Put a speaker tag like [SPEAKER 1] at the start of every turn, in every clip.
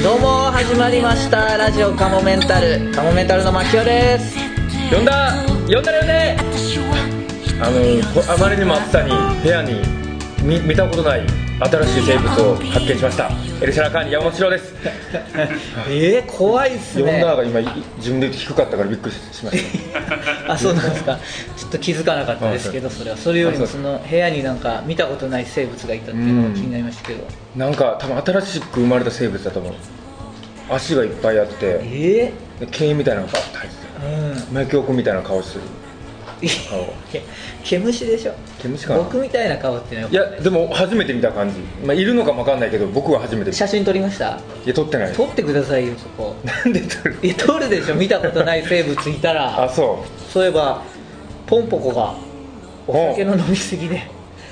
[SPEAKER 1] 始まりましたラジオカモメンタルカモメンタルの牧雄です
[SPEAKER 2] 呼んだ呼んだら呼んであのこあまりにも暑さに部屋に見見たことない新しい生物を発見しましたエルシャラカーニ山本城です
[SPEAKER 1] えー、怖いっす
[SPEAKER 2] 呼ん
[SPEAKER 1] ね
[SPEAKER 2] だが今自分で言うと低かったからびっくりしまし
[SPEAKER 1] あそうなんですかちょっと気づかなかったですけどそれはそれよりもその部屋になんか見たことない生物がいたっていうのが気になりましたけど
[SPEAKER 2] た なんか多分新しく生まれた生物だと思う足がいっぱいあって
[SPEAKER 1] え
[SPEAKER 2] で毛みたいなのがバッと入って
[SPEAKER 1] えー、うん
[SPEAKER 2] てマイケル君みたいな顔してる顔
[SPEAKER 1] け毛虫でしょ
[SPEAKER 2] 毛虫かな
[SPEAKER 1] 僕みたいな顔ってのはい
[SPEAKER 2] やでも初めて見た感じ、まあ、いるのかもわかんないけど僕は初めて見た
[SPEAKER 1] 写真撮りました
[SPEAKER 2] いや撮ってない
[SPEAKER 1] 撮ってくださいよそこ
[SPEAKER 2] なんで撮る
[SPEAKER 1] いや撮るでしょ見たことない生物いた
[SPEAKER 2] あ
[SPEAKER 1] ら
[SPEAKER 2] そ
[SPEAKER 1] そういえばポンポコが
[SPEAKER 2] う
[SPEAKER 1] お酒の飲みすぎで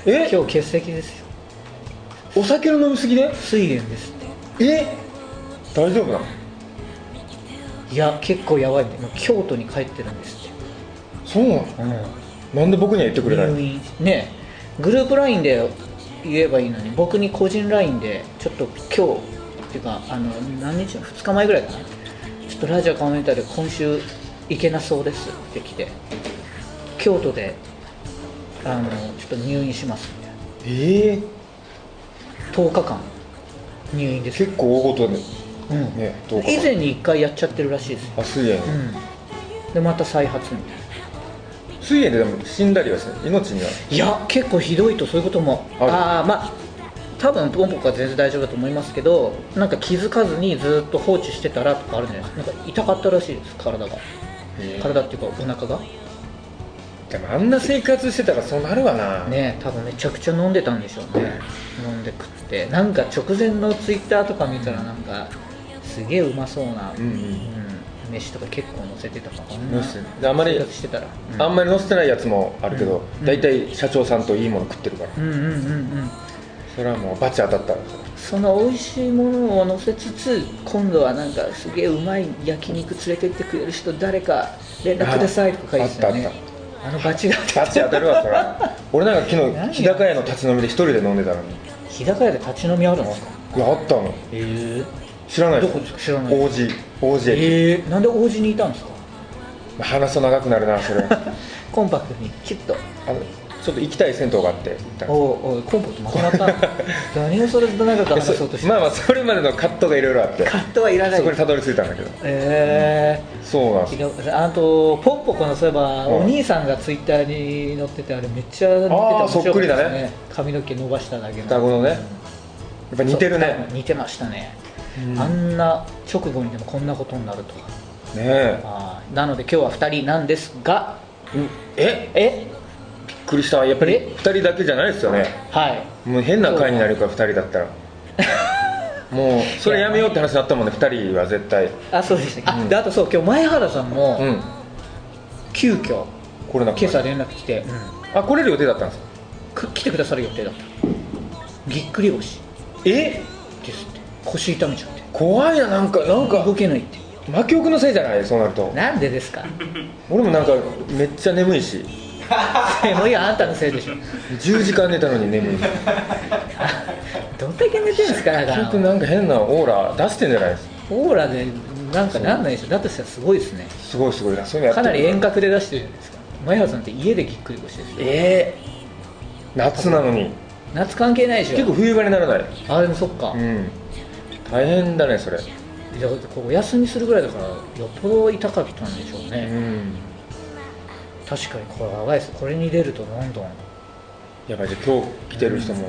[SPEAKER 2] うんえ
[SPEAKER 1] 今日欠席ですよ
[SPEAKER 2] お酒の飲みすぎで
[SPEAKER 1] 水炎ですって
[SPEAKER 2] え大丈夫なの
[SPEAKER 1] いや結構やばいんでもう京都に帰ってるんですって
[SPEAKER 2] そうなのなんで僕には言ってくれない
[SPEAKER 1] 入
[SPEAKER 2] の
[SPEAKER 1] 院ねえグループ LINE で言えばいいのに僕に個人 LINE でちょっと今日っていうかあの何日の2日前ぐらいかなちょっとラジオカメンタル今週行けなそうですって来て京都であのちょっと入院しますみたいな
[SPEAKER 2] ええ
[SPEAKER 1] 10日間入院です、
[SPEAKER 2] 結構大ごとね
[SPEAKER 1] うん
[SPEAKER 2] ねどうか
[SPEAKER 1] 以前に1回やっちゃってるらしいですよ
[SPEAKER 2] あ水炎、
[SPEAKER 1] うんでまた再発みたいな
[SPEAKER 2] 水炎ででも死んだりはしない命にはい
[SPEAKER 1] や結構ひどいとそういうことも
[SPEAKER 2] ある
[SPEAKER 1] ああまあ多分ポンポコは全然大丈夫だと思いますけどなんか気づかずにずっと放置してたらとかあるんじゃないですかなんか痛かったらしいです体が体っていうかお腹が
[SPEAKER 2] でもあんな生活してたらそうなるわな、
[SPEAKER 1] ねえ多分めちゃくちゃ飲んでたんでしょうね飲んで食ってなんか直前のツイッターとか見たらなんかすげえうまそうな、
[SPEAKER 2] うんうん
[SPEAKER 1] うん飯とか結構載せてたからあん
[SPEAKER 2] 載
[SPEAKER 1] な
[SPEAKER 2] せてたであんまり
[SPEAKER 1] 生活してたら、うん
[SPEAKER 2] あんまり載せてないやつもあるけど
[SPEAKER 1] うん
[SPEAKER 2] 大体、社長さんといいもの食ってるから
[SPEAKER 1] うんうんうんうん
[SPEAKER 2] それはもうバチ当たったら
[SPEAKER 1] その美味しいものを乗せつつ今度はなんかすげえうまい焼肉連れてってくれる人誰か連絡くださいとか書いてたよね
[SPEAKER 2] ああっ
[SPEAKER 1] あのバチが
[SPEAKER 2] バチ当たるわそ ら俺なんか昨
[SPEAKER 1] 何
[SPEAKER 2] 日日高屋の立ち飲みで一人で飲んでたのに
[SPEAKER 1] 日高屋で立ち飲みあるんですか
[SPEAKER 2] いやあったの
[SPEAKER 1] えー、
[SPEAKER 2] 知らない
[SPEAKER 1] どこですか知らない
[SPEAKER 2] 王子王子駅、
[SPEAKER 1] えー、なんで王子にいたんですか
[SPEAKER 2] 話すと長くなるなそれあ
[SPEAKER 1] コンパクトにキュッと
[SPEAKER 2] のちょっと行きたい銭湯があって行ったん
[SPEAKER 1] お
[SPEAKER 2] で
[SPEAKER 1] うおうコンパクトまとまったの 何をそれと長く話
[SPEAKER 2] す
[SPEAKER 1] そうとし
[SPEAKER 2] そ
[SPEAKER 1] てる
[SPEAKER 2] まあまあそれまでのカットがいろいろあって
[SPEAKER 1] カットはいらない
[SPEAKER 2] そこにたどり着いたんだけど
[SPEAKER 1] えー
[SPEAKER 2] そうなんです
[SPEAKER 1] 違うあとポンポコのそういえば、
[SPEAKER 2] うん
[SPEAKER 1] お兄さんがツイッターに載っててあれめっちゃ似てた
[SPEAKER 2] あー
[SPEAKER 1] 面白か
[SPEAKER 2] そっくり
[SPEAKER 1] た
[SPEAKER 2] だね
[SPEAKER 1] 髪の毛伸ばしただけの
[SPEAKER 2] 双子のねやっぱ似てる
[SPEAKER 1] そう
[SPEAKER 2] ね
[SPEAKER 1] 似てましたね、
[SPEAKER 2] うん
[SPEAKER 1] あ
[SPEAKER 2] ね
[SPEAKER 1] んな直後にでもこんなことになるとは
[SPEAKER 2] え
[SPEAKER 1] あーなので今日は2人なんですが
[SPEAKER 2] うんえ
[SPEAKER 1] え
[SPEAKER 2] びっくりしたやっぱり
[SPEAKER 1] え
[SPEAKER 2] 2人だけじゃないですよね
[SPEAKER 1] はい
[SPEAKER 2] もう変な会になるから2人だっ たらもうそれやめようって話になったもんね2人は絶対
[SPEAKER 1] あそうでした、あ
[SPEAKER 2] うん
[SPEAKER 1] であとそう今日前原さんも、
[SPEAKER 2] うん
[SPEAKER 1] 急遽
[SPEAKER 2] これなく
[SPEAKER 1] 今朝連絡来て、
[SPEAKER 2] あ来れる予定だったんですか
[SPEAKER 1] く来てくださる予定だったぎっくり腰
[SPEAKER 2] え
[SPEAKER 1] ですって腰痛めちゃって
[SPEAKER 2] 怖いななんかなんか
[SPEAKER 1] 動けないって
[SPEAKER 2] 魔教君のせいじゃないそうなると
[SPEAKER 1] なんでですか
[SPEAKER 2] 俺もなんかめっちゃ眠いし
[SPEAKER 1] で もういいよあんたのせいでしょ
[SPEAKER 2] 10時間寝たのに眠い
[SPEAKER 1] どんだけ寝てるんですかだか
[SPEAKER 2] ちょ
[SPEAKER 1] ら
[SPEAKER 2] っとなんか変なオーラ出してんじゃないです
[SPEAKER 1] オーラでなんかなんないでしょだとしたらすごいですね
[SPEAKER 2] すごいすごいなそういうのや
[SPEAKER 1] か
[SPEAKER 2] って
[SPEAKER 1] な
[SPEAKER 2] る
[SPEAKER 1] り遠隔で出してるじゃないですか前原さんって家でぎっくり腰ですよ
[SPEAKER 2] えー、夏なのに
[SPEAKER 1] 夏関係ないでし
[SPEAKER 2] 結
[SPEAKER 1] ょ
[SPEAKER 2] 構冬場にならない
[SPEAKER 1] あでもそっか、
[SPEAKER 2] うん大変だねそれ
[SPEAKER 1] いやこうお休みするぐらいだからよっぽど痛かったんでしょう
[SPEAKER 2] う
[SPEAKER 1] ね、
[SPEAKER 2] ん
[SPEAKER 1] 確かにこれやばいですこれに出るとどんどん
[SPEAKER 2] やばいじゃあ今日来てる人も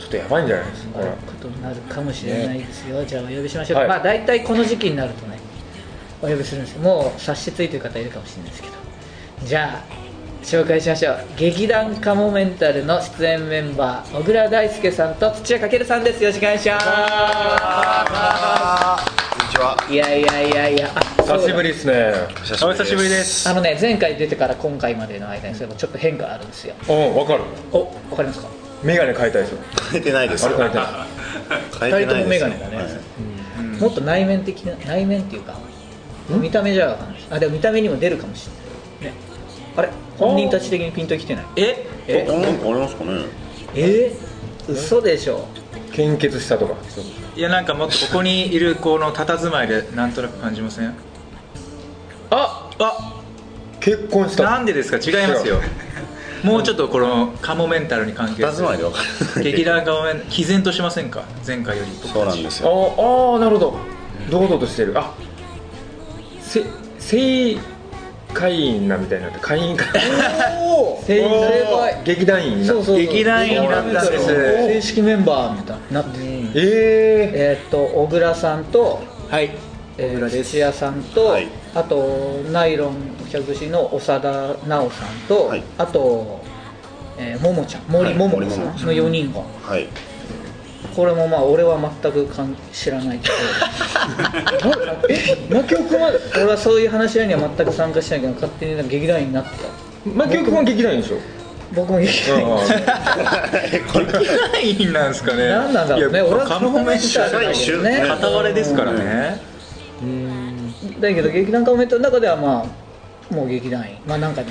[SPEAKER 2] ちょっとやばいんじゃないですか
[SPEAKER 1] 悪いことになるかもしれないですよ、じゃあお呼びしましょう、
[SPEAKER 2] はい
[SPEAKER 1] まあ大体この時期になるとねお呼びするんですけどもう察しついてる方いるかもしれないですけどじゃあ紹介しましょう劇団カモメンタルの出演メンバー小倉大輔さんと土屋翔さんですよろしくお願いしま
[SPEAKER 3] こんにちは。
[SPEAKER 1] すいやいやいやいやあそうだ
[SPEAKER 2] 久しぶりですね
[SPEAKER 3] お久しぶりです
[SPEAKER 1] あのね前回出てから今回までの間にそれもちょっと変化あるんですよ
[SPEAKER 2] うん分かる
[SPEAKER 1] おわかりますか
[SPEAKER 2] 眼鏡変えたいですよ
[SPEAKER 3] 変えてないです
[SPEAKER 2] あ
[SPEAKER 3] よ。
[SPEAKER 2] れ変えてない
[SPEAKER 3] 変
[SPEAKER 1] 二
[SPEAKER 3] えて
[SPEAKER 1] 人とも
[SPEAKER 3] ない
[SPEAKER 1] メガ
[SPEAKER 3] ですよ
[SPEAKER 1] ネだね、
[SPEAKER 3] はい
[SPEAKER 1] もっと内面的な内面っていうか見た目じゃわかんないあでも見た目にも出るかもしれないねあれ本人たち的にピンときてない
[SPEAKER 2] え
[SPEAKER 1] え
[SPEAKER 3] あありますかね。
[SPEAKER 1] えー、嘘でしょ
[SPEAKER 2] 献血したとか
[SPEAKER 4] いやなんかもっとここにいるこの佇まいでなんとなく感じません
[SPEAKER 2] あ
[SPEAKER 4] あ
[SPEAKER 2] 結婚した
[SPEAKER 4] なんでですか違いますよもうちょっとこのカモメンタルに関係
[SPEAKER 3] たずまいで分かる
[SPEAKER 4] 劇団カモメン毅然としませんか前回より
[SPEAKER 3] そうなんです
[SPEAKER 2] ああ
[SPEAKER 3] よ
[SPEAKER 2] ーなるほど堂々としてるあせ正会員なみたいになって会員か
[SPEAKER 1] おお
[SPEAKER 2] 正員
[SPEAKER 1] 正解
[SPEAKER 2] 劇団員にな
[SPEAKER 1] そうそうそう
[SPEAKER 4] 劇団員になったんです
[SPEAKER 1] 正式メンバーみたいになって、
[SPEAKER 2] え
[SPEAKER 1] えーっと小倉さんと
[SPEAKER 3] はい
[SPEAKER 1] えー土屋さんと、
[SPEAKER 3] はい
[SPEAKER 1] あとナイロン客師の長田奈緒さんと、
[SPEAKER 3] はい
[SPEAKER 1] あと、えー、ももちゃん森
[SPEAKER 3] はい
[SPEAKER 1] もも
[SPEAKER 3] 森もも
[SPEAKER 1] さんの4人が、
[SPEAKER 3] はい
[SPEAKER 1] これもまあ俺は全くかん知らないけ どなえマキオ君は俺はそういう話し合いには全く参加しないけど勝手になんか劇団員になってた
[SPEAKER 2] えまあ結婚は劇団員でしょ
[SPEAKER 1] 僕も劇団員 になってた
[SPEAKER 4] 劇団員なんですかね
[SPEAKER 1] 何なんだろうね
[SPEAKER 4] いや
[SPEAKER 1] 俺は
[SPEAKER 4] カモメンタル
[SPEAKER 1] だ
[SPEAKER 3] 社
[SPEAKER 1] けど
[SPEAKER 3] 員
[SPEAKER 1] ね
[SPEAKER 3] 集
[SPEAKER 4] 片割れですからね
[SPEAKER 1] だけど劇団カモメントの中ではまあもう劇団員まあなんか ね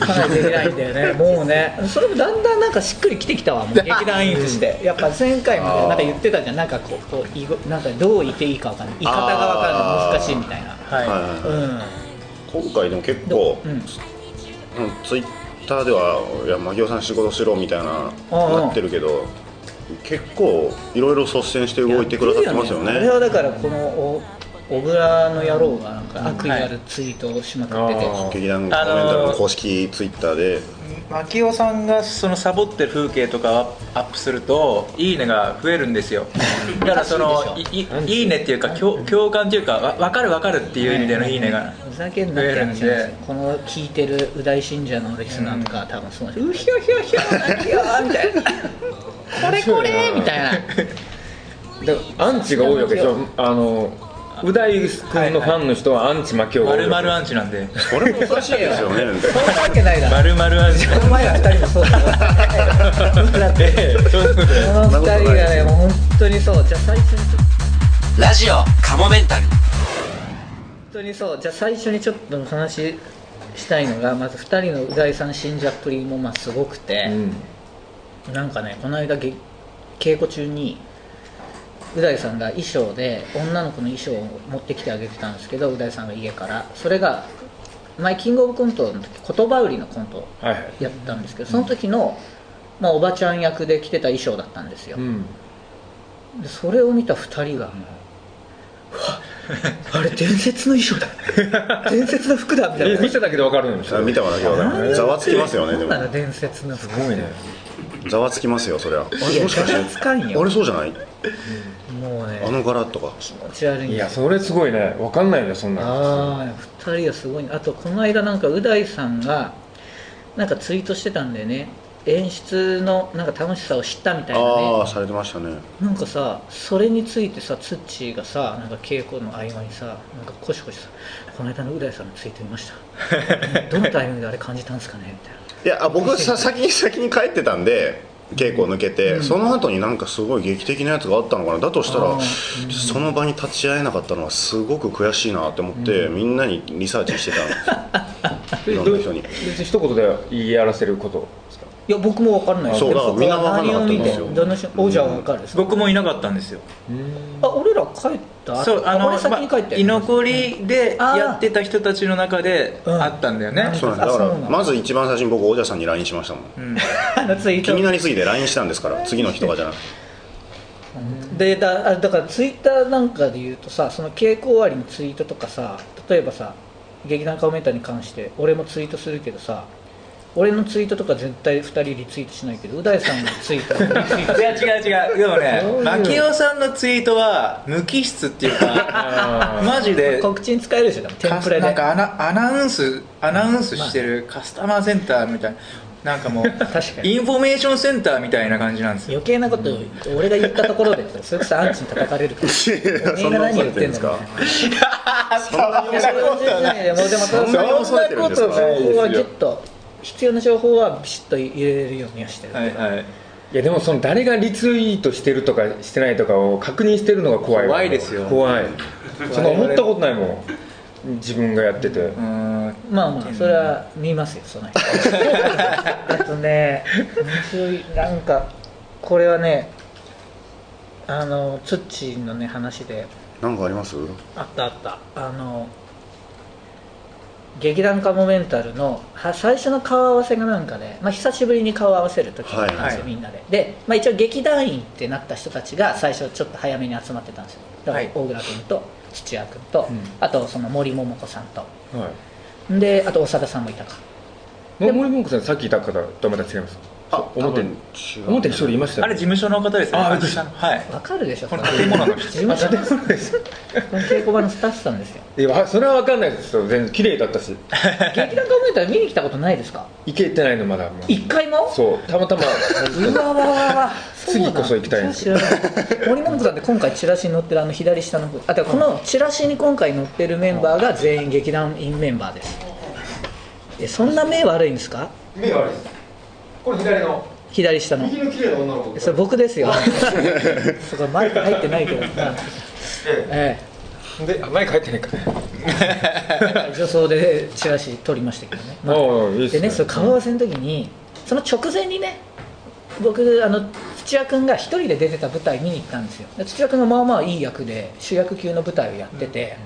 [SPEAKER 1] かなり劇団員だ よねもうねそれもだんだんなんかしっくりきてきたわもう劇団員としてやっぱ前回までなんか言ってたじゃんなんかこうこういごなんかどう言っていいかわかんない言い方がわかんない難しいみたいな
[SPEAKER 4] はい、
[SPEAKER 3] はいはい
[SPEAKER 1] うん
[SPEAKER 3] 今回でも結
[SPEAKER 1] ど
[SPEAKER 3] 構
[SPEAKER 1] う、うん
[SPEAKER 3] うんツイッターではいや槙尾さん仕事しろみたいな
[SPEAKER 1] ああ
[SPEAKER 3] なってるけど結構いろいろ率先して動いてくださってますよ
[SPEAKER 1] あれは
[SPEAKER 3] ね
[SPEAKER 1] だからこのお小倉の野郎がなんか悪意あるツイートをしまくってて、
[SPEAKER 2] はい
[SPEAKER 3] 劇団カモメンタルの公式ツイッターで
[SPEAKER 4] 牧雄さんがそのサボってる風景とかをアップすると「いいね」が増えるんですよだからその「いいいいね」っていうか共共感っていうかわ「分かる分かる」っていう意味での「いいねが」
[SPEAKER 1] ふざけんなって話なんですよこの聞いてる右大信者のリスナーとかは多分そうなんですうひょひょひょなんひょみたいなこれこれみたいな
[SPEAKER 2] だからアンチが多いわけでしょあのう大君のファンの人はアンチ負けを
[SPEAKER 4] 丸々アンチなんで
[SPEAKER 3] これもおかしいですよね
[SPEAKER 1] そんなわけないだろ
[SPEAKER 4] 丸々アンチ
[SPEAKER 1] この前は2人もそうだよだって この2人がねもう本当にそうじゃあ最初にちょっと
[SPEAKER 5] ラジオカモメンタル
[SPEAKER 1] 本当にそうじゃあ最初にちょっとお話ししたいのがまず2人のう大さん信者っぷりもまあすごくて、
[SPEAKER 2] うん
[SPEAKER 1] なんかねこの間げ稽古中にう大さんが衣装で女の子の衣装を持ってきてあげてたんですけどう大さんが家からそれが前キングオブコントの時言葉売りのコント
[SPEAKER 2] はいはい
[SPEAKER 1] やったんですけどその時の、まあ、おばちゃん役で着てた衣装だったんですよ、
[SPEAKER 2] うん
[SPEAKER 1] でそれを見た2人がもう「うわあれ伝説の衣装だ 伝説の服だ」みたい
[SPEAKER 2] え
[SPEAKER 1] な
[SPEAKER 2] 見ただけでわかるのに
[SPEAKER 3] あ見たわなきゃわからないざわつきますよねで
[SPEAKER 1] そうなの
[SPEAKER 3] も
[SPEAKER 1] 伝説の服
[SPEAKER 2] すごいね
[SPEAKER 3] ざわつきますよそりゃあ
[SPEAKER 1] い
[SPEAKER 3] れ
[SPEAKER 1] や
[SPEAKER 3] もしか
[SPEAKER 1] ざわ
[SPEAKER 3] し
[SPEAKER 1] つ
[SPEAKER 3] て
[SPEAKER 1] かんよ
[SPEAKER 3] あれそうじゃない
[SPEAKER 1] もうね
[SPEAKER 3] あの柄とか
[SPEAKER 1] 気持ち悪いん
[SPEAKER 2] い
[SPEAKER 1] ですよ
[SPEAKER 2] やそれすごいねわかんないねそんなの
[SPEAKER 1] ああ2人はすごいねあとこの間なんかう大さんがなんかツイートしてたんだよね演出のなんか楽しさを知ったみたい
[SPEAKER 3] あ
[SPEAKER 1] な
[SPEAKER 3] あ
[SPEAKER 1] ね
[SPEAKER 3] されてましたね
[SPEAKER 1] なんかさそれについてさツッチーがさなんか稽古の合間にさなんかコシコシさ「この間のう大さんのツイート見ました どのタイミングであれ感じたんですかね」みたいない
[SPEAKER 3] やあ僕はさ先に先に帰ってたんで稽古を抜けて、その後になんかすごい劇的なやつがあったのかなだとしたら、その場に立ち会えなかったのはすごく悔しいなって思って、みんなにリサーチしてたんですよいろんな人に
[SPEAKER 2] 別に一言で言いやらせることですか
[SPEAKER 1] いや僕も分かんない
[SPEAKER 3] そうだからみんな分かんなかったんです
[SPEAKER 1] 何
[SPEAKER 3] よ
[SPEAKER 1] を見てどの人おじゃ分かるですか、
[SPEAKER 4] 僕もいなかったんですよ
[SPEAKER 1] あ俺ら帰った
[SPEAKER 4] そうあ
[SPEAKER 1] あ
[SPEAKER 4] の
[SPEAKER 1] 俺先に帰った
[SPEAKER 4] ま居残りで
[SPEAKER 1] あー
[SPEAKER 4] やってた人たちの中で
[SPEAKER 1] うん
[SPEAKER 4] あったんだよね、
[SPEAKER 3] そうなんですだか
[SPEAKER 1] あそうな
[SPEAKER 3] ら
[SPEAKER 1] んだ
[SPEAKER 3] まず一番最初に僕王者さんに LINE しましたもん、
[SPEAKER 1] あのツイー
[SPEAKER 3] 気
[SPEAKER 1] ト
[SPEAKER 3] になりすぎて LINE したんですから次の人がじゃなくて
[SPEAKER 1] でだあだからツイッターなんかで言うとさその傾向終わりのツイートとかさ例えばさ劇団カウメンタに関して俺もツイートするけどさ俺のツイートとか絶対2人リツイートしないけどう大さんのツイートはリツイート
[SPEAKER 4] いや違う違うでもね
[SPEAKER 1] そういう
[SPEAKER 4] 牧雄さんのツイートは無機質ってい うかマジ で
[SPEAKER 1] 告知に使えるでしょでもテンプレ
[SPEAKER 4] なん
[SPEAKER 1] で
[SPEAKER 4] かアナアナウンスアナウンスしてるカスタマーセンターみたいななんかも う
[SPEAKER 1] 確かに
[SPEAKER 4] インフォメーションセンターみたいな感じなんですよ
[SPEAKER 1] 余計なこと俺が言ったところでそれこそアンチに叩かれるからおめえが何言ってんだよ
[SPEAKER 3] そんなに
[SPEAKER 1] そんなことないよもうでもそ
[SPEAKER 3] そんなに恐れてるんですか
[SPEAKER 1] そなこと情報はギュッと必要な情報はビシッと入れるようにはしてる、
[SPEAKER 4] はいはい
[SPEAKER 2] いやでもその誰がリツイートしてるとかしてないとかを確認してるのが怖いわ
[SPEAKER 4] 怖いですよ
[SPEAKER 2] 怖いそんな思ったことないもん自分がやってて
[SPEAKER 4] うーん
[SPEAKER 1] まあまあそれは見ますよそ の人あとね面白いなんかこれはねあのツッチーのね話で
[SPEAKER 3] なんかあります
[SPEAKER 1] あったあったあの劇団カモメンタルのは最初の顔合わせがなんかで、まあ、久しぶりに顔合わせる時があったんですよ、
[SPEAKER 4] はいは
[SPEAKER 1] み
[SPEAKER 4] い
[SPEAKER 1] んなでで、まあ、一応劇団員ってなった人たちが最初ちょっと早めに集まってたんですよだから
[SPEAKER 4] はい
[SPEAKER 1] 大倉君と土屋君と、
[SPEAKER 2] うん
[SPEAKER 1] あとその森桃子さんと
[SPEAKER 2] は
[SPEAKER 1] であと長田さんもいたか
[SPEAKER 2] いも森文子さんさっきいた方とまた違います
[SPEAKER 3] あ
[SPEAKER 2] 表に
[SPEAKER 3] 違う
[SPEAKER 2] 表に一人いました
[SPEAKER 4] あれ事務所の方ですね
[SPEAKER 2] あ
[SPEAKER 4] あのはい
[SPEAKER 1] わかるでしょ
[SPEAKER 4] この建物の人
[SPEAKER 1] 事務所の
[SPEAKER 2] そうです
[SPEAKER 1] この稽古場のスタッフさん ですよ
[SPEAKER 2] いやそれは分かんないですよ全然綺麗だったし
[SPEAKER 1] 劇団カモメンタル見に来たことないですか
[SPEAKER 2] 行けてないのまだもう
[SPEAKER 1] 一回も
[SPEAKER 2] そうたまたま
[SPEAKER 1] うわわわわ
[SPEAKER 2] 次こそ行きたいんですけ
[SPEAKER 1] ど森本さんって今回チラシに載ってるあの左下の方あとこのチラシに今回載ってるメンバーが全員劇団員メンバーですえそんな目悪いんですか
[SPEAKER 2] 目が悪いですこれ左の
[SPEAKER 1] 左下の
[SPEAKER 2] の綺麗な女の子
[SPEAKER 1] それ僕です よそこマイク入ってないけどなえ
[SPEAKER 2] であ前帰ってないか
[SPEAKER 1] え女装でチラシ取りましたけどね、まあ
[SPEAKER 2] ああいいです
[SPEAKER 1] で
[SPEAKER 2] ね
[SPEAKER 1] ねその顔合わせの時にその直前にね僕あの土屋君が一人で出てた舞台見に行ったんですよで土屋君がまあまあいい役で主役級の舞台をやってて、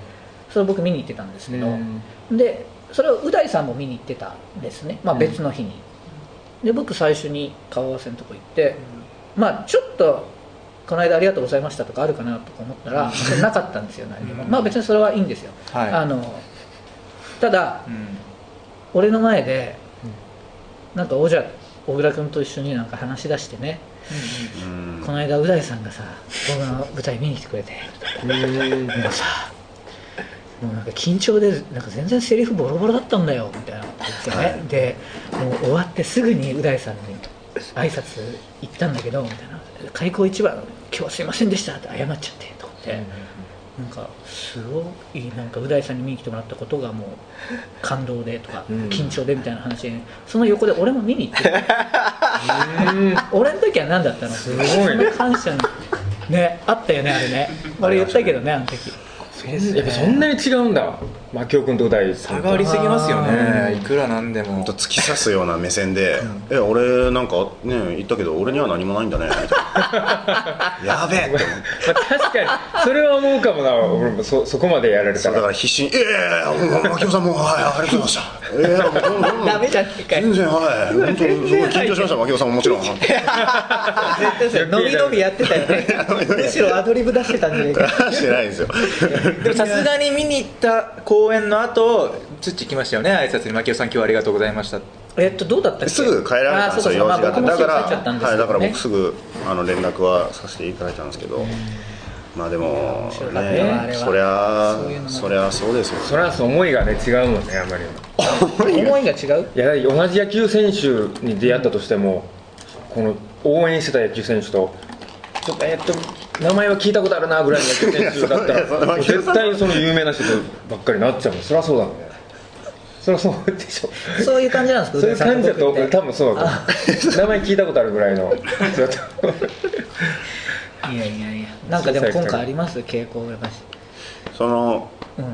[SPEAKER 1] それを僕見に行ってたんですけど、
[SPEAKER 2] うん
[SPEAKER 1] でそれをう大さんも見に行ってたんですね、まあ、別の日に、で僕最初に顔合わせのとこ行って、まあちょっとこの間ありがとうございましたとかあるかなとか思ったらなかったんですよ何も、まあ別にそれはいいんですよ、
[SPEAKER 4] はい
[SPEAKER 1] あのただ俺の前で、なんかおじゃ小倉君と一緒になんか話し出してね、
[SPEAKER 3] うん
[SPEAKER 1] この間う大さんがさ僕の舞台見に来てくれてもうさもうなんか緊張でなんか全然セリフボロボロだったんだよみたいなこと言ってね、でもう終わってすぐにう大さんに挨拶行ったんだけどみたいな「開口一番今日はすいませんでした」って謝っちゃってとかって。なんかすごいなんかう大さんに見に来てもらったことが もう感動でとか
[SPEAKER 2] うん
[SPEAKER 1] 緊張でみたいな話で、その横で俺も見に行ってる俺の時は何だったのす
[SPEAKER 2] ごいね
[SPEAKER 1] 感謝のねあったよねあれねあれ言ったけどねあの時
[SPEAKER 2] やっぱそんなに違うんだマキオ君とう大さ
[SPEAKER 4] 差
[SPEAKER 2] ん
[SPEAKER 4] がありすぎますよ
[SPEAKER 1] あ
[SPEAKER 4] ねいくらなんでも
[SPEAKER 3] ほんと突き刺すような目線で「え俺なんかね言ったけど俺には何もないんだね」みたい なやべえって思って
[SPEAKER 2] まあ、確かにそれは思うかもな俺もそそこまでやられた
[SPEAKER 3] そうだからら必死に「ええ槙尾さんもうはいありがとうございました」ええもうもう
[SPEAKER 1] ダメじゃん一回
[SPEAKER 3] 全然はい本当にすごい緊張しました槙尾さんもも ちろん
[SPEAKER 1] 絶対のびのびやってたよね むしろアドリブ出してたんじゃないか
[SPEAKER 3] してないんですよ
[SPEAKER 4] でもさすがに見に行った公演の後つっち来ましたよね挨拶に「槙尾さん今日はありがとうございました」
[SPEAKER 1] えっとどうだったっけ
[SPEAKER 3] すぐ帰られたんですよ用
[SPEAKER 1] あ
[SPEAKER 3] 事が
[SPEAKER 1] ー
[SPEAKER 3] あっ
[SPEAKER 1] そうそう
[SPEAKER 3] てだか
[SPEAKER 1] まあ僕も
[SPEAKER 3] ら
[SPEAKER 1] 帰っちゃったんです
[SPEAKER 3] はい
[SPEAKER 1] け
[SPEAKER 3] だか
[SPEAKER 1] ど
[SPEAKER 3] ら
[SPEAKER 1] ね
[SPEAKER 3] 僕すぐあの連絡はさせていただいたんですけどまあでも
[SPEAKER 1] 白かったねあ
[SPEAKER 3] ね
[SPEAKER 1] れは
[SPEAKER 3] そりゃ
[SPEAKER 1] そういうのも
[SPEAKER 3] そりゃそうですよ
[SPEAKER 2] それはそう思いがね違うもんねあんまり
[SPEAKER 1] 思いが違う
[SPEAKER 2] いや同じ野球選手に出会ったとしても、この応援してた野球選手とちょっとえっと名前は聞いたことあるなぐらいの野球選手だった
[SPEAKER 3] いやそんな
[SPEAKER 2] ら
[SPEAKER 3] 野球選手
[SPEAKER 2] 絶対その有名な人ばっかりになっちゃうもんそりゃそうだもんねそりゃそうでしょ
[SPEAKER 1] そういう感じなんですか
[SPEAKER 2] そういう感じだと
[SPEAKER 1] う大さん
[SPEAKER 2] 多分そうだと思う 名前聞いたことあるぐらい の人だと思う
[SPEAKER 1] いやいやいやなんかでも今回あります傾向がし
[SPEAKER 3] その
[SPEAKER 1] うん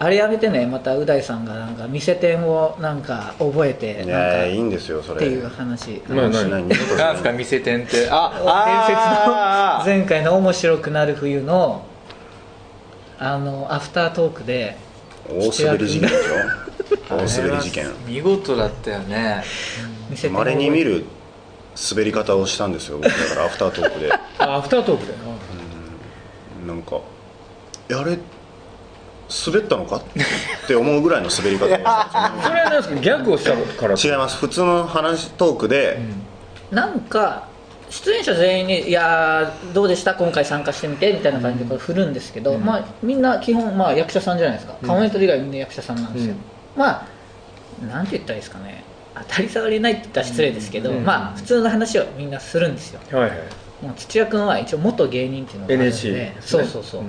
[SPEAKER 1] あれやめてねまたう大さんがなんか店店をなんか覚えてなん
[SPEAKER 3] い
[SPEAKER 1] か
[SPEAKER 3] や
[SPEAKER 1] っ
[SPEAKER 3] いいんですよそれ
[SPEAKER 1] ていう話
[SPEAKER 2] まあ
[SPEAKER 3] しない二度とし
[SPEAKER 4] なん
[SPEAKER 3] ない
[SPEAKER 4] ですか店店って
[SPEAKER 1] あ
[SPEAKER 4] あ
[SPEAKER 1] の伝説の前回の「面白くなる冬の」あのアフタートークで
[SPEAKER 3] 大滑り事件でしょ
[SPEAKER 4] あれは
[SPEAKER 3] 大滑り事件
[SPEAKER 4] 見事だったよね
[SPEAKER 1] 店店を
[SPEAKER 3] まれに見る滑り方をしたんですよ僕だからアフタートークで
[SPEAKER 2] あアフタートークだよ
[SPEAKER 3] なんか「えあれ滑ったのか?」って思うぐらいの滑り方をしたんで
[SPEAKER 2] それはなんですかギャグをしたから
[SPEAKER 3] すよ違います普通の話トークで、
[SPEAKER 1] なんか出演者全員に「いやーどうでした今回参加してみて」みたいな感じでこれ振るんですけど、まあ、みんな基本、まあ、役者さんじゃないですか顔面取り以外みんな役者さんなんですよ、まあなんて言ったらいいですかね当たり障りないって言ったら失礼ですけど、
[SPEAKER 2] うん
[SPEAKER 1] まあ普通の話をみんなするんですよ
[SPEAKER 2] はいはい
[SPEAKER 1] もう土屋君は一応元芸人っていうのがあるんで
[SPEAKER 2] NSC です
[SPEAKER 1] そ
[SPEAKER 2] ね
[SPEAKER 1] うそうそう、
[SPEAKER 2] うん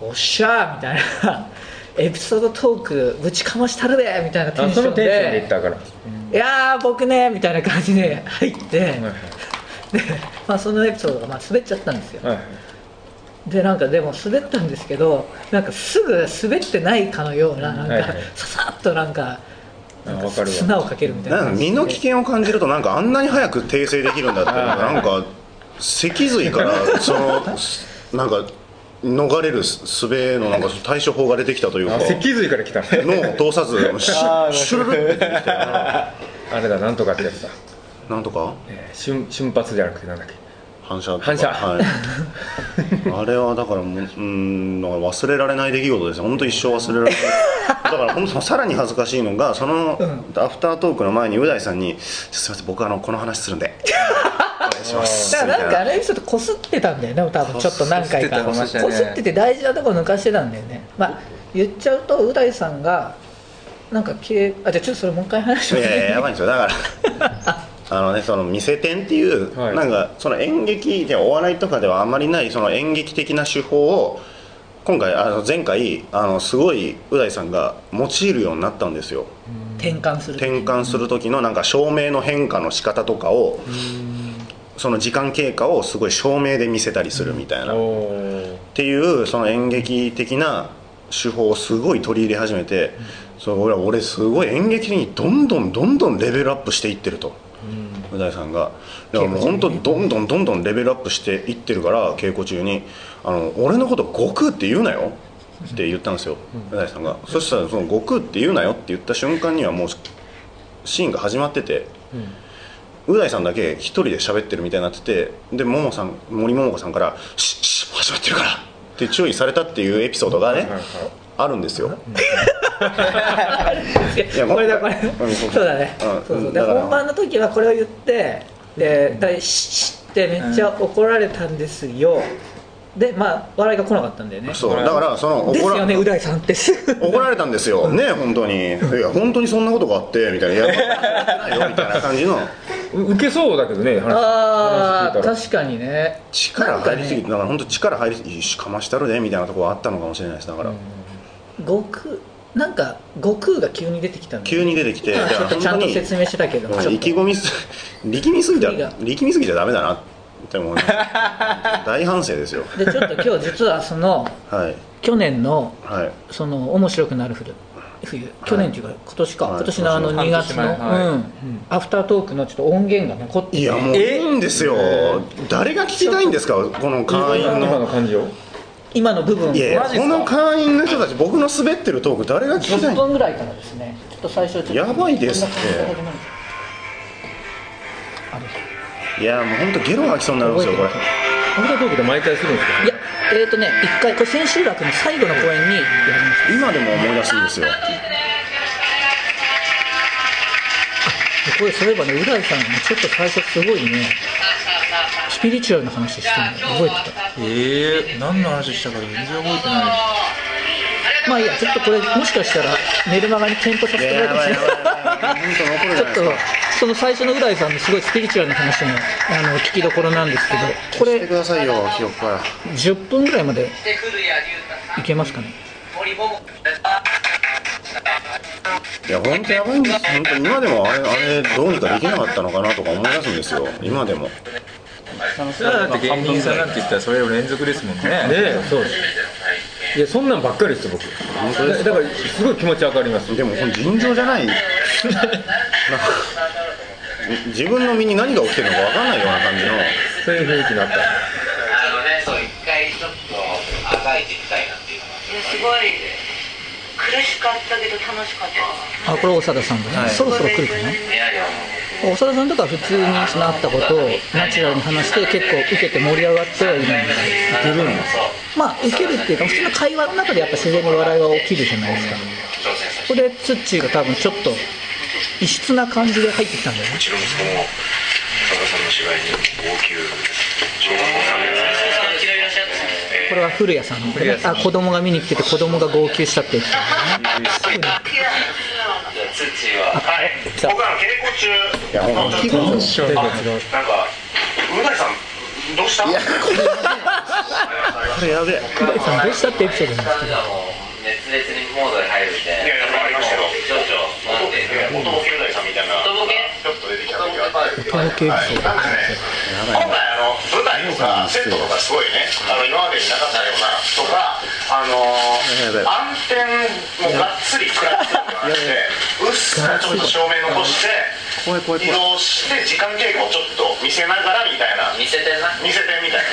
[SPEAKER 1] おっしゃーみたいなエピソードトークぶちかましたるでみたいなテ
[SPEAKER 2] あ
[SPEAKER 1] ンシ
[SPEAKER 2] そ
[SPEAKER 1] ョ
[SPEAKER 2] の
[SPEAKER 1] ン
[SPEAKER 2] テンションで
[SPEAKER 1] で
[SPEAKER 2] 言ったから
[SPEAKER 1] いやー僕ねみたいな感じで入って、で、まあ、そのエピソードがまあ滑っちゃったんですよ、
[SPEAKER 2] はいはい
[SPEAKER 1] でなんかでも滑ったんですけどなんかすぐ滑ってないかのようななんか、
[SPEAKER 2] はいはい
[SPEAKER 1] ささっとなんか
[SPEAKER 2] あ
[SPEAKER 1] なん
[SPEAKER 2] わ
[SPEAKER 1] か
[SPEAKER 2] かるわ
[SPEAKER 1] 砂をかけるみたいな
[SPEAKER 3] なんか身の危険を感じるとなんかあんなに早く訂正できるんだってなんか脊髄からそのなんか逃れる術のなんか対処法が出てきたという か
[SPEAKER 2] あ脊髄から来た
[SPEAKER 3] 脳を通さずシュ
[SPEAKER 2] あーなるほど
[SPEAKER 3] シュルルって出てきたよ
[SPEAKER 2] あれだなんとかってやつだ、
[SPEAKER 3] ななんとか
[SPEAKER 2] えー瞬瞬発じゃなくてなんだっけ
[SPEAKER 3] 反射とか
[SPEAKER 2] 反射
[SPEAKER 3] はいあれはだからもううんだから忘れられない出来事ですよ本当一生忘れられないだから本当さらに恥ずかしいのがそのアフタートークの前にう大さんに「すいません僕あのこの話するんでお願いします」
[SPEAKER 1] だからなんかあ
[SPEAKER 3] みたいな
[SPEAKER 1] れちょっとこすってたんだよね多分ちょっと何回か
[SPEAKER 4] こ
[SPEAKER 1] こ
[SPEAKER 4] す
[SPEAKER 1] す
[SPEAKER 4] ってたね
[SPEAKER 1] ってて大事なとこ抜かしてたんだよねまあ言っちゃうとう大さんがなんか綺麗あじゃあちょっとそれもう一回話し
[SPEAKER 3] い
[SPEAKER 1] ま
[SPEAKER 3] や いや
[SPEAKER 1] す
[SPEAKER 3] やばいんですよだからあのねその見せ店っていう、
[SPEAKER 2] はい
[SPEAKER 3] なんかその演劇でお笑いとかではあまりないその演劇的な手法を今回あの前回あのすごいう大さんが用いるようになったんですよ
[SPEAKER 1] 転換する
[SPEAKER 3] 転換する時のなんか照明の変化の仕方とかをその時間経過をすごい照明で見せたりするみたいなっ
[SPEAKER 2] おー
[SPEAKER 3] ていうその演劇的な手法をすごい取り入れ始めてそう俺は俺すごい演劇にどんどんどんどんレベルアップしていってると宇大さんがだからもう本当どんどんどんどんレベルアップしていってるから稽古中に「あの俺のこと悟空って言うなよ」って言ったんですよ宇大さんがそしたらその「悟空って言うなよ」って言った瞬間にはもうシーンが始まってて、う大さんだけ一人で喋ってるみたいになっててでももさん森桃子さんから「シッシッ始まってるから」って注意されたっていうエピソードがねあるんですよ、いや
[SPEAKER 1] これだこれ
[SPEAKER 3] うんそう
[SPEAKER 1] そうだね
[SPEAKER 3] うん
[SPEAKER 1] そうそううんで
[SPEAKER 3] だから
[SPEAKER 1] 本番の時はこれを言ってで大シッってめっちゃ怒られたんですよでまあ笑いが来なかったんだよね
[SPEAKER 3] そうだからその
[SPEAKER 1] です
[SPEAKER 3] 怒ら
[SPEAKER 1] よねう大さんってすぐ
[SPEAKER 3] 怒られたんですよ、ねえ本当に、いや、本当にそんなことがあって、みたいな、いやばいよみたいな感じの、
[SPEAKER 2] う受けそうだけどね話
[SPEAKER 1] ああ
[SPEAKER 2] 話聞いたら
[SPEAKER 1] 確かにね
[SPEAKER 3] 力入りすぎて、
[SPEAKER 1] なんかね
[SPEAKER 3] だから本当、力入りすぎて、しかましたるでみたいなところがあったのかもしれないです、だから、
[SPEAKER 1] 悟空なんか悟空が急に出てきたんだよ
[SPEAKER 3] 急に出てきて、いや
[SPEAKER 1] ちょっと
[SPEAKER 3] 本
[SPEAKER 1] ちゃ
[SPEAKER 3] 当
[SPEAKER 1] んと
[SPEAKER 3] に、
[SPEAKER 1] 説明してたけど、
[SPEAKER 3] うん
[SPEAKER 1] ちょっと
[SPEAKER 3] 意気込みす、力みすぎた
[SPEAKER 1] 力が
[SPEAKER 3] 力みすぎちゃだめだなって思う、大反省ですよ、
[SPEAKER 1] でちょっと今日実はその
[SPEAKER 3] はい、
[SPEAKER 1] 去年の
[SPEAKER 3] はい、
[SPEAKER 1] その面白くなる冬冬去年っていうか今年か、
[SPEAKER 3] はい
[SPEAKER 1] 今年のあの
[SPEAKER 4] はい
[SPEAKER 1] 2月の、
[SPEAKER 4] 半年前はい
[SPEAKER 1] うん、アフタートークのちょっと音源が残ってて
[SPEAKER 3] いや、もういいんですよ、誰が聞きたいんですか、この会員
[SPEAKER 2] 今
[SPEAKER 3] の。
[SPEAKER 2] の感じを
[SPEAKER 1] 今の部分を
[SPEAKER 3] いやいや
[SPEAKER 4] マジっす
[SPEAKER 3] こ
[SPEAKER 4] か
[SPEAKER 3] の会員の人たち、僕の滑ってるトーク、誰が聞きたい
[SPEAKER 1] 10
[SPEAKER 3] ん
[SPEAKER 1] 分ぐらいからですねちょっと最初ちょっと
[SPEAKER 3] やばいですって
[SPEAKER 1] こんな感じであれ
[SPEAKER 3] いやもう本当ゲロ吐きそうになるんですよこれ
[SPEAKER 2] アフタートークで毎回するんですか
[SPEAKER 1] いやえっ、ー、とね一回これ千秋楽の最後の公演にやりました
[SPEAKER 3] 今でも思い出すん ですよ
[SPEAKER 1] でこれそういえばねう大さんもちょっと最初すごいねスピリチュアルな話してるの覚えてた
[SPEAKER 4] えー、何の話したか全然覚えてな
[SPEAKER 1] まあいいやちょっとこれもしかしたらメルマガに添付させてもらえるかもしれない
[SPEAKER 3] い
[SPEAKER 1] ちょっとその最初のう大さんのすごいスピリチュアルな話もあの聞きどころなんですけどこ
[SPEAKER 3] して
[SPEAKER 1] れ
[SPEAKER 3] くださいよ記憶から
[SPEAKER 1] 10分ぐらいまで
[SPEAKER 6] してくるや竜太さ
[SPEAKER 1] い
[SPEAKER 6] ん
[SPEAKER 1] けますかね
[SPEAKER 6] 森桃子
[SPEAKER 3] いや本当やばいんです本当今でもあれあれどうにかできなかったのかなとか思い出すんですよ今でも
[SPEAKER 4] いだって芸人さんなんて言ったらそれを連続ですもんね
[SPEAKER 2] ねえそうですいやそんなんばっかりですよ僕
[SPEAKER 3] 本当です
[SPEAKER 2] だからすごい気持ちわかります
[SPEAKER 3] でもこれ尋常じゃ ないな自分の身に何が起きてるのか分かんないような感じの
[SPEAKER 2] そういう雰囲気になった
[SPEAKER 6] あのねそう一回ちょっとあがいてみたいなっていう
[SPEAKER 7] いやすごい苦しかったけど楽しかったです
[SPEAKER 1] あこれ長田さんがね、そろそろ来るかな
[SPEAKER 6] のは
[SPEAKER 1] 長田さんとかは普通にそのあったことをナチュラルに話して結構受けて盛り上がってはいるん
[SPEAKER 2] 出るんだ
[SPEAKER 1] まあ受けるっていうか普通の会話の中でやっぱ自然に笑いは起きるじゃないですか
[SPEAKER 6] 挑戦させ
[SPEAKER 1] こ
[SPEAKER 6] て
[SPEAKER 1] れツッチーが多分ちょっと異質な感じで入ってきたんだよね
[SPEAKER 6] うちの息子も佐賀さんの芝居に号泣小学校3年生いらっしゃった
[SPEAKER 1] これは古谷さんのこれねあ子供が見に来てて子供が号泣したって言ってたんだよね
[SPEAKER 6] じゃあツッチーははい
[SPEAKER 1] 来た
[SPEAKER 6] 僕らの稽古中
[SPEAKER 3] いや本当に
[SPEAKER 6] なんかう大さんどうしたいやこれ
[SPEAKER 3] これやべえ
[SPEAKER 1] 古谷さんどうしたってエピソードなんですけど
[SPEAKER 8] 熱烈にモードに入るみたい
[SPEAKER 6] い
[SPEAKER 8] な。
[SPEAKER 6] やいやありましたよ
[SPEAKER 8] 情緒なんていう
[SPEAKER 6] 音
[SPEAKER 8] の
[SPEAKER 6] ボケう大さんみたいな
[SPEAKER 8] とぼけ
[SPEAKER 6] ちょっと出てきた時があって
[SPEAKER 1] カラオケエピソード
[SPEAKER 6] なんかね、今回あの舞台のさセットとかすごいね、あの今までになかったようなとか、あのー、暗転もがっつり食らってるのがあって、うっすらちょっと照明残して、
[SPEAKER 4] 怖い怖い
[SPEAKER 6] 移
[SPEAKER 4] 怖い
[SPEAKER 6] 動して時間経過をちょっと見せながらみたいな
[SPEAKER 8] 見せてんな
[SPEAKER 6] 見せてみたい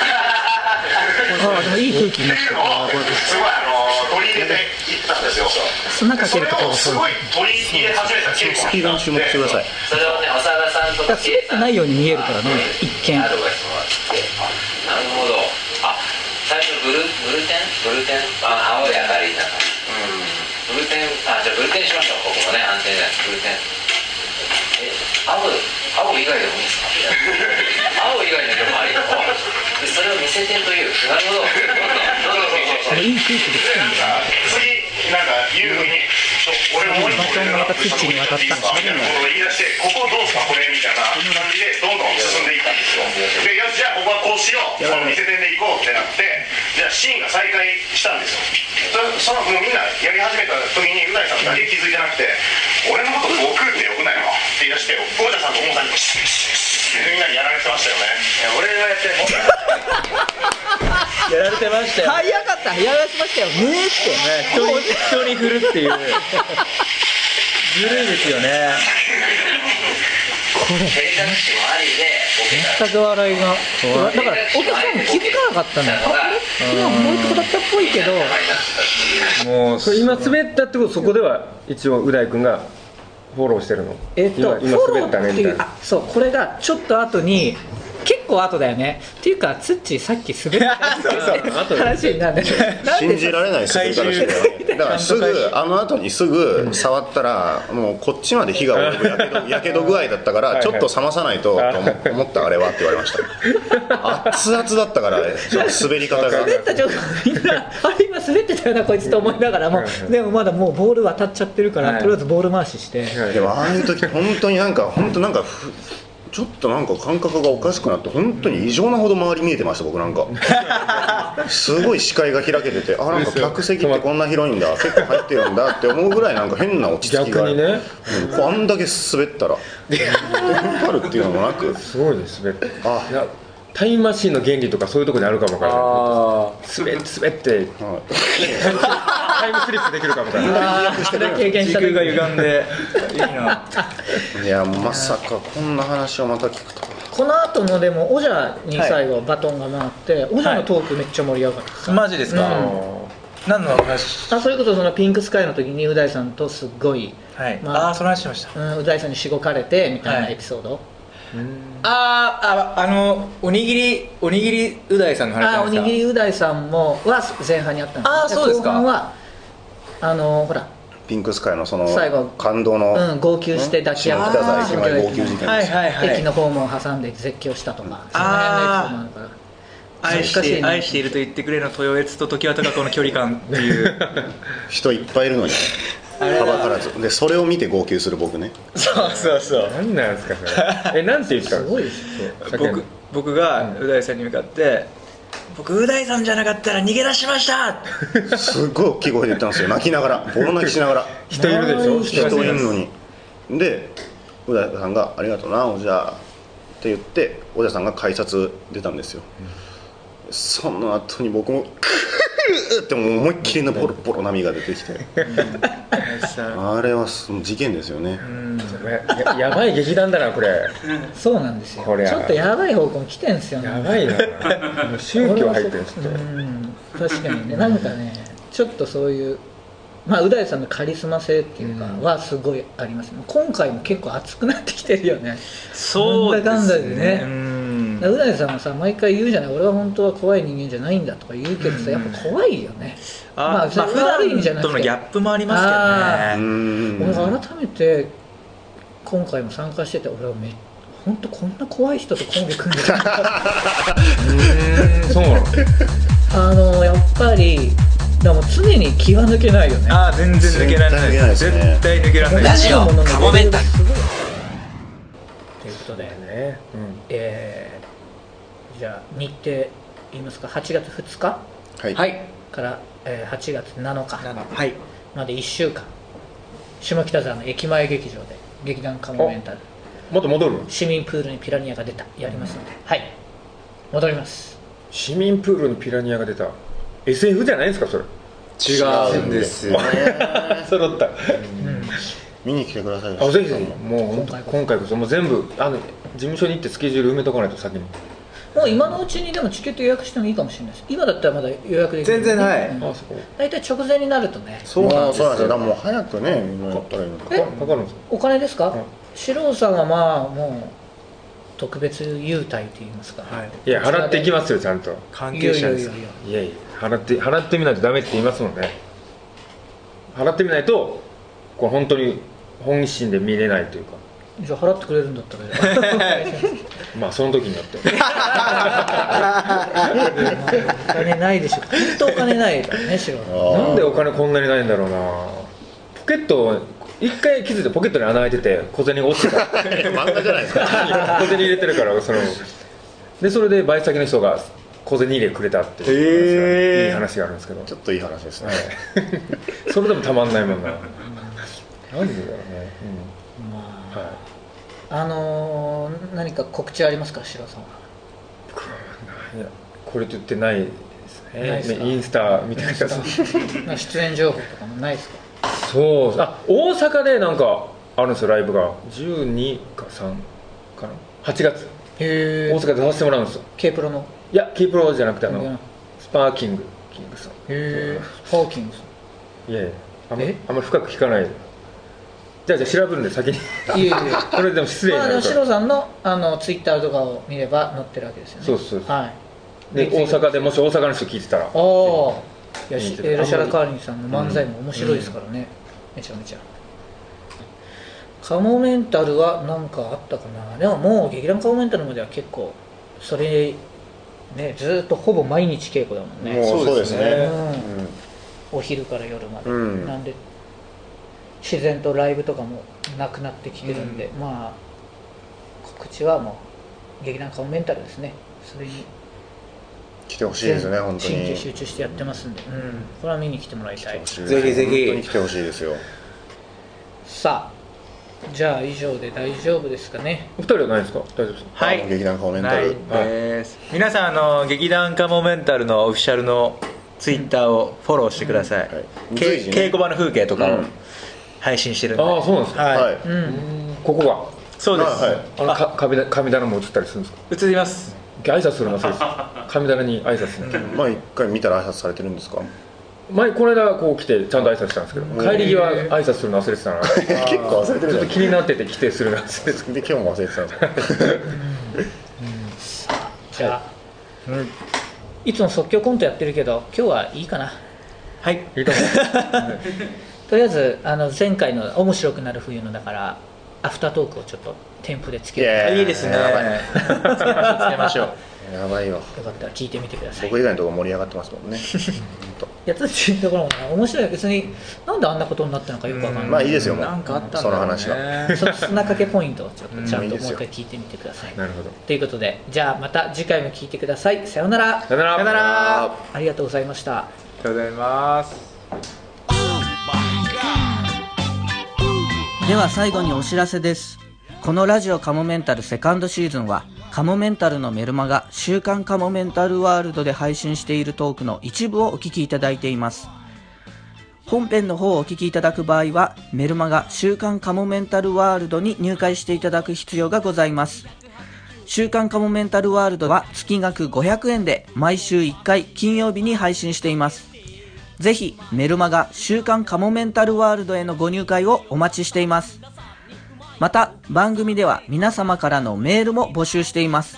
[SPEAKER 6] な
[SPEAKER 1] ああでもいい空気にな
[SPEAKER 6] って
[SPEAKER 1] って
[SPEAKER 6] いう
[SPEAKER 1] る
[SPEAKER 6] のをすごいあの取り入れていったんですよ
[SPEAKER 1] 砂かけるとかも
[SPEAKER 6] そ
[SPEAKER 1] そう
[SPEAKER 6] れをすごい取り入れ始めた稽古
[SPEAKER 3] スピードに注目してください
[SPEAKER 8] それをね長田さんと
[SPEAKER 1] だから
[SPEAKER 8] か
[SPEAKER 1] 滑ってないように見えるからね一見
[SPEAKER 8] アドバイスもらってなるほどあ最初ブルブルテンブルテンあ青い明かりだうんブルテンあじゃあブルテンしましょうここもね安定じゃないブルテンえ青青以外でもいいですか 青以外の色もありおそれを見せてというなるほどどんどんどんどん成長 してる
[SPEAKER 1] いい空気で来たんだよ
[SPEAKER 6] 次なんか優に「ちょ俺もう一個
[SPEAKER 1] バトンがまたピッチに渡ったんです
[SPEAKER 6] みたいなことを言い出して「ここどうすかこれ」みたいな感じでどんどん進んでいったんですよでよしじゃあここはこうしようこの店店で行こうってなってじゃあシーンが再開したんですよそそのもうみんなやり始めた時にう大さんだけ気づいてなくて「俺のこと悟空ってよくないの?」って言い出してゴーちゃんさんとモモさんに「シッシッシッみんなにやられてましたよね俺がやっても
[SPEAKER 4] やられてましたよね
[SPEAKER 1] 早かった早がしましたよねえって
[SPEAKER 4] 人に人に振るっていうずるいですよね
[SPEAKER 8] 選択肢もありでボケた
[SPEAKER 1] 全く笑いがだからお客さんも気づかなかったんだよあれ今もう一個だったっぽいけど
[SPEAKER 4] もう
[SPEAKER 2] それ今滑ったってことそこでは一応う大君がフォローしてるの
[SPEAKER 1] えっと
[SPEAKER 2] 今今
[SPEAKER 1] フォロ
[SPEAKER 2] 滑った
[SPEAKER 1] ー
[SPEAKER 2] ね
[SPEAKER 1] って
[SPEAKER 2] み
[SPEAKER 1] い
[SPEAKER 2] た
[SPEAKER 1] う
[SPEAKER 2] いな
[SPEAKER 1] あそうこれがちょっと後に結構後だよねっていうかツッチーさっき滑った
[SPEAKER 4] そうそう後で
[SPEAKER 1] 話になるなん
[SPEAKER 3] 信
[SPEAKER 1] で
[SPEAKER 3] じられないですよ
[SPEAKER 4] 回
[SPEAKER 3] だ
[SPEAKER 4] 収
[SPEAKER 3] からだからすぐあの後にすぐ触ったらもうこっちまで火が及ぶやけどやけど具合だったか
[SPEAKER 2] はい
[SPEAKER 3] らちょっと冷まさないとと思思ったあれはって言われました熱々だったからちょっと滑り方が
[SPEAKER 1] 滑った直後みんなあれ今滑ってたよなこいつと思いながらもでもまだもうボール渡っちゃってるから
[SPEAKER 4] はい
[SPEAKER 1] とりあえずボール回しして
[SPEAKER 3] でもああいう時本当になんか本当なんかふちょっとなんか感覚がおかしくなって本当に異常なほど周り見えてました僕なんかすごい視界が開けててあなんか客席ってこんな広いんだ結構入ってるんだって思うぐらいなんか変な落ち着きが
[SPEAKER 2] 逆にね
[SPEAKER 3] うんこうあんだけ滑ったら頑張るっていうのもなく
[SPEAKER 2] すごいね滑って
[SPEAKER 3] あ
[SPEAKER 2] いやタイムマシンの原理とかそういうとこにあるかもわからない
[SPEAKER 4] あ
[SPEAKER 2] 滑って滑 って
[SPEAKER 3] は
[SPEAKER 2] タイムスリップできるかもわからない
[SPEAKER 1] ああそれ経
[SPEAKER 4] あ
[SPEAKER 1] 験し
[SPEAKER 4] 時
[SPEAKER 1] た
[SPEAKER 4] 空
[SPEAKER 1] 時
[SPEAKER 4] が歪んでいいない
[SPEAKER 3] いやまさかこんな話をまた聞くとは
[SPEAKER 1] この後もでもオジャに最後バトンが回ってオジャのトークめっちゃ盛り上がってさ
[SPEAKER 4] マジですか、
[SPEAKER 1] うん
[SPEAKER 4] 何の話
[SPEAKER 1] あそれこそそのピンクスカイの時にう大さんとすっごい
[SPEAKER 4] はい、
[SPEAKER 1] まあ
[SPEAKER 4] ああーその話しました
[SPEAKER 1] うんう大さんにしごかれてみたいな
[SPEAKER 4] はい
[SPEAKER 1] エピソード、
[SPEAKER 4] あーああのおにぎりおにぎりうだいさんの話じゃ
[SPEAKER 1] あ
[SPEAKER 4] な
[SPEAKER 1] お
[SPEAKER 4] いです
[SPEAKER 1] に
[SPEAKER 4] か
[SPEAKER 1] ぎりう大さんもは前半にあったんですよ
[SPEAKER 4] あーそうですか
[SPEAKER 1] 後半はあのほら、
[SPEAKER 3] ピンクスカイのその
[SPEAKER 1] 最後
[SPEAKER 3] 感動の、
[SPEAKER 1] うん、号泣して抱き合
[SPEAKER 3] 下
[SPEAKER 1] っ
[SPEAKER 3] 北
[SPEAKER 1] た
[SPEAKER 3] 沢駅前号泣事件
[SPEAKER 4] はい
[SPEAKER 3] です
[SPEAKER 4] はいはい
[SPEAKER 1] 駅のホームを挟んで絶叫したとかその
[SPEAKER 4] あー
[SPEAKER 1] 辺のエピソードもあるから
[SPEAKER 4] 愛し
[SPEAKER 1] 懐かしい
[SPEAKER 4] て
[SPEAKER 1] ね
[SPEAKER 4] 愛していると言ってくれの豊悦と常盤貴子の距離感っていう
[SPEAKER 3] 人いっぱいいるのにはばからずでそれを見て号泣する僕ね
[SPEAKER 4] そうそうそう
[SPEAKER 2] 何なんですかそれえなんて言ったん
[SPEAKER 1] すごい
[SPEAKER 2] で
[SPEAKER 1] ですす
[SPEAKER 2] か
[SPEAKER 4] 僕僕がう大さんに向かって「僕う大さんじゃなかったら逃げ出しました!」
[SPEAKER 3] すっごい大きい声で言ったんですよ泣きながらボロ泣きしながら
[SPEAKER 2] 人いるでしょ
[SPEAKER 3] 人
[SPEAKER 2] 人
[SPEAKER 3] いるのにで小田さんが「ありがとうなおじゃ」って言って小田さんが改札出たんですよ、その後に僕も「クーってもう思いっきりのボロボロ涙が出てきて あれはその事件ですよね、
[SPEAKER 2] ややばい劇団だなこれ
[SPEAKER 1] そうなんですよ
[SPEAKER 2] こりゃ
[SPEAKER 1] ちょっとやばい方向に来てんすよね
[SPEAKER 2] やばいなもう宗教入ってるんですって
[SPEAKER 1] うん確かにねなんかねちょっとそういうまあう大さんのカリスマ性っていうかはすごいありますね今回も結構熱くなってきてるよね
[SPEAKER 4] そうで
[SPEAKER 1] なんだか
[SPEAKER 4] す
[SPEAKER 1] んだで
[SPEAKER 4] ね
[SPEAKER 1] ね
[SPEAKER 4] うん
[SPEAKER 1] う大さんもさ毎回言うじゃない俺は本当は怖い人間じゃないんだとか言うけどさやっぱ怖いよね
[SPEAKER 4] あ、まあ、
[SPEAKER 1] それ
[SPEAKER 4] 普
[SPEAKER 1] 悪いんじゃ
[SPEAKER 4] 段
[SPEAKER 1] なく
[SPEAKER 4] と
[SPEAKER 1] て
[SPEAKER 4] のギャップもありますけ
[SPEAKER 1] あ
[SPEAKER 3] う
[SPEAKER 4] どね
[SPEAKER 3] ん
[SPEAKER 1] 俺が改めて今回も参加してて俺はめ本当こんな怖い人とコンビ組んで たんだ
[SPEAKER 2] そうなの
[SPEAKER 1] あのやっぱりでもう常に気は抜けないよね
[SPEAKER 4] ああ全然抜けられないです
[SPEAKER 3] 絶対抜けないですね
[SPEAKER 4] 絶対抜けられない
[SPEAKER 8] ラジオ
[SPEAKER 1] もの
[SPEAKER 8] カモメンタル
[SPEAKER 1] すごいということで、
[SPEAKER 2] ねうん
[SPEAKER 1] えーじゃあ日程言いますか8月2日
[SPEAKER 3] はい、
[SPEAKER 4] はい
[SPEAKER 1] から、えー8月7日
[SPEAKER 4] はい
[SPEAKER 1] まで1週間下北沢の駅前劇場で劇団カモメンタル
[SPEAKER 2] もっと戻る
[SPEAKER 1] 市民プールにピラニアが出たやりますので、はい戻ります
[SPEAKER 2] 市民プールのピラニアが出た SF じゃないんですかそれ
[SPEAKER 3] 違うんですよね
[SPEAKER 2] 揃った
[SPEAKER 3] 見に来てください
[SPEAKER 2] あぜひぜひもう本当今回こそもう全部あの事務所に行ってスケジュール埋めとかないと先に
[SPEAKER 1] もう今のうちにでもチケット予約してもいいかもしれないです今だったらまだ予約できる
[SPEAKER 9] 全然はい
[SPEAKER 1] うん
[SPEAKER 2] あそこ
[SPEAKER 1] 大体直前になるとね
[SPEAKER 3] そうなんですよだからもう早くねみんなやったらいいのか
[SPEAKER 1] え
[SPEAKER 2] かかるんですか
[SPEAKER 1] お金ですか、
[SPEAKER 2] ん
[SPEAKER 1] 四郎さんはまあもう特別優待と言いますか、
[SPEAKER 9] はい
[SPEAKER 2] いや払っていきますよちゃんと
[SPEAKER 9] 関
[SPEAKER 1] いや
[SPEAKER 9] 係
[SPEAKER 1] いや
[SPEAKER 9] 者
[SPEAKER 1] い
[SPEAKER 9] で
[SPEAKER 1] やい
[SPEAKER 9] す
[SPEAKER 1] や
[SPEAKER 9] か
[SPEAKER 2] いやいや払って払ってみないとダメって言いますもんね払ってみないとこう本当に本心で見れないというか
[SPEAKER 1] じゃあ払ってくれるんだったら お願いします
[SPEAKER 2] まあその時によって
[SPEAKER 1] お金ないでしょ本当お金ないからね四郎さん
[SPEAKER 2] なんで
[SPEAKER 3] あ
[SPEAKER 2] お金こんなにないんだろうなポケット一回気づいてポケットに穴開いてて小銭が落ちてた
[SPEAKER 3] ーいや 漫画じゃないですか
[SPEAKER 2] 小銭入れてるからそのでそれでバイト先の人が小銭入れくれたって
[SPEAKER 9] へ
[SPEAKER 2] い
[SPEAKER 9] ー
[SPEAKER 2] う話がいい話があるんですけど
[SPEAKER 3] ちょっといい話ですね
[SPEAKER 2] それでもたまんないもんななんでだろうね、
[SPEAKER 1] ま
[SPEAKER 2] うんはい、
[SPEAKER 1] ああのー何か告知ありますか四郎さんは
[SPEAKER 2] これと言ってないですね
[SPEAKER 1] ないですか
[SPEAKER 2] インスタ見てください
[SPEAKER 1] なんか出演情報とかもないです か
[SPEAKER 2] そうあ大阪でなんかあるんですよライブが12か3かな8月
[SPEAKER 1] へ
[SPEAKER 2] 大阪で出させてもらうんですよ
[SPEAKER 1] K プロの
[SPEAKER 2] いやキープロじゃなくてあ
[SPEAKER 1] いや
[SPEAKER 2] のスパーキングキングさん
[SPEAKER 1] へえホーキ ングス
[SPEAKER 2] いやいやあんま
[SPEAKER 1] え
[SPEAKER 2] あんまり深く聞かないじゃあじゃあ調べるんで先に
[SPEAKER 1] いやいや
[SPEAKER 2] それでも失礼に
[SPEAKER 1] まあ
[SPEAKER 2] な
[SPEAKER 1] でも
[SPEAKER 2] る
[SPEAKER 1] シ
[SPEAKER 2] から
[SPEAKER 1] ロさんのあのツイッターとかを見れば載ってるわけですよね
[SPEAKER 2] そうですそうです
[SPEAKER 1] はい
[SPEAKER 2] で大阪でもし大阪の人聞いてたら
[SPEAKER 1] ああいや
[SPEAKER 2] いい
[SPEAKER 1] し
[SPEAKER 2] けど
[SPEAKER 1] エルシャラカーリンさんの漫才も面白いですからね、めちゃめちゃカモメンタルは何かあったかなでももう劇団カモメンタルまでは結構それねずーっとほぼ毎日稽古だもんね
[SPEAKER 3] もうそうですね
[SPEAKER 1] お昼から夜まで、
[SPEAKER 3] うん
[SPEAKER 1] なんで自然とライブとかもなくなってきてるんで、まあ告知はもう劇団カモメンタルですねそれに
[SPEAKER 3] 来てほしいですね本当に
[SPEAKER 1] 神経集中してやってますんで、うんこれは見に来てもらいたい
[SPEAKER 9] ぜひぜひ
[SPEAKER 3] 本当に来てほしいですよ
[SPEAKER 1] さあじゃあ以上で大丈夫ですかね
[SPEAKER 2] お二人はないですか大丈夫ですか
[SPEAKER 4] はい
[SPEAKER 3] あの劇団カモメンタ
[SPEAKER 4] な
[SPEAKER 3] ル
[SPEAKER 4] いです皆さんあの劇団カモメンタルのオフィシャルのツイッターをフォローしてください
[SPEAKER 3] はい
[SPEAKER 4] け
[SPEAKER 3] 随時ね
[SPEAKER 4] 稽古場の風景とか
[SPEAKER 3] う
[SPEAKER 4] を
[SPEAKER 3] ん
[SPEAKER 4] 配信してるんで
[SPEAKER 2] ああそうなんですか
[SPEAKER 4] は
[SPEAKER 3] はいい
[SPEAKER 2] ここが
[SPEAKER 4] そうです
[SPEAKER 3] はい
[SPEAKER 2] あのか神棚神棚も映ったりするんですか
[SPEAKER 4] 映ります
[SPEAKER 2] 挨拶するの忘れてた神棚に挨拶する
[SPEAKER 3] まあ一回見たら挨拶されてるんですか
[SPEAKER 2] 前この間こう来てちゃんと挨拶したんですけど帰り際挨拶するの忘れて たなち
[SPEAKER 3] 結構忘れて
[SPEAKER 2] ょ
[SPEAKER 3] るじ
[SPEAKER 2] っ
[SPEAKER 3] ゃ
[SPEAKER 2] と
[SPEAKER 3] ん
[SPEAKER 2] 気になってて来てするの忘れてた
[SPEAKER 3] で今日も忘れてたんですか
[SPEAKER 1] じゃあ、いつも即興コントやってるけど今日はいいかな
[SPEAKER 4] はい
[SPEAKER 2] いいと思
[SPEAKER 1] とりあえずあの前回の「面白くなる冬の」だからアフタートークをちょっと添付でつけて
[SPEAKER 3] や
[SPEAKER 4] いいですね
[SPEAKER 3] やばい
[SPEAKER 4] つけましょう
[SPEAKER 3] やばいよ
[SPEAKER 1] よかったら聞いてみてください
[SPEAKER 3] 僕以外のとこ盛り上がってますもん ね
[SPEAKER 1] やつっていうところもね面白い別になんであんなことになったのかよくわかんない
[SPEAKER 3] まあいいですよもう
[SPEAKER 4] なんかあったんだ
[SPEAKER 3] その
[SPEAKER 4] ろうね
[SPEAKER 3] 話は
[SPEAKER 1] その砂かけポイントをちょっとちゃん
[SPEAKER 3] うんいい
[SPEAKER 1] と
[SPEAKER 3] で
[SPEAKER 1] も
[SPEAKER 3] す
[SPEAKER 1] う一
[SPEAKER 3] よ
[SPEAKER 1] 回聞いてみてください、
[SPEAKER 2] うなるほど
[SPEAKER 1] ということでじゃあまた次回も聞いてくださいさようなら
[SPEAKER 2] さよなら
[SPEAKER 4] さよなら
[SPEAKER 1] ありがとうございました
[SPEAKER 4] ありがとうございます
[SPEAKER 10] では最後にお知らせです。このラジオカモメンタルセカンドシーズンは、カモメンタルのメルマが週刊カモメンタルワールドで配信しているトークの一部をお聞きいただいています。本編の方をお聞きいただく場合は、メルマが週刊カモメンタルワールドに入会していただく必要がございます。週刊カモメンタルワールドは月額500円で毎週1回金曜日に配信しています。ぜひメルマガ週刊カモメンタルワールドへのご入会をお待ちしています。また番組では皆様からのメールも募集しています。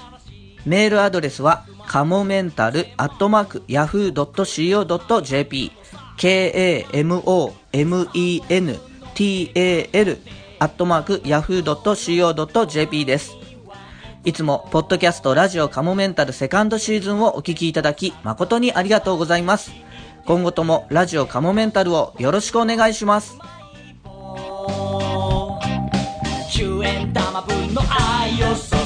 [SPEAKER 10] メールアドレスはカモメンタルアットマーク yahoo.co.jp k-a-m-o-m-e-n-t-a-l アットマーク yahoo.co.jp です。いつも、ポッドキャストラジオカモメンタルセカンドシーズンをお聞きいただき、誠にありがとうございます。今後ともラジオカモメンタルをよろしくお願いします。
[SPEAKER 11] 10円玉分の愛を注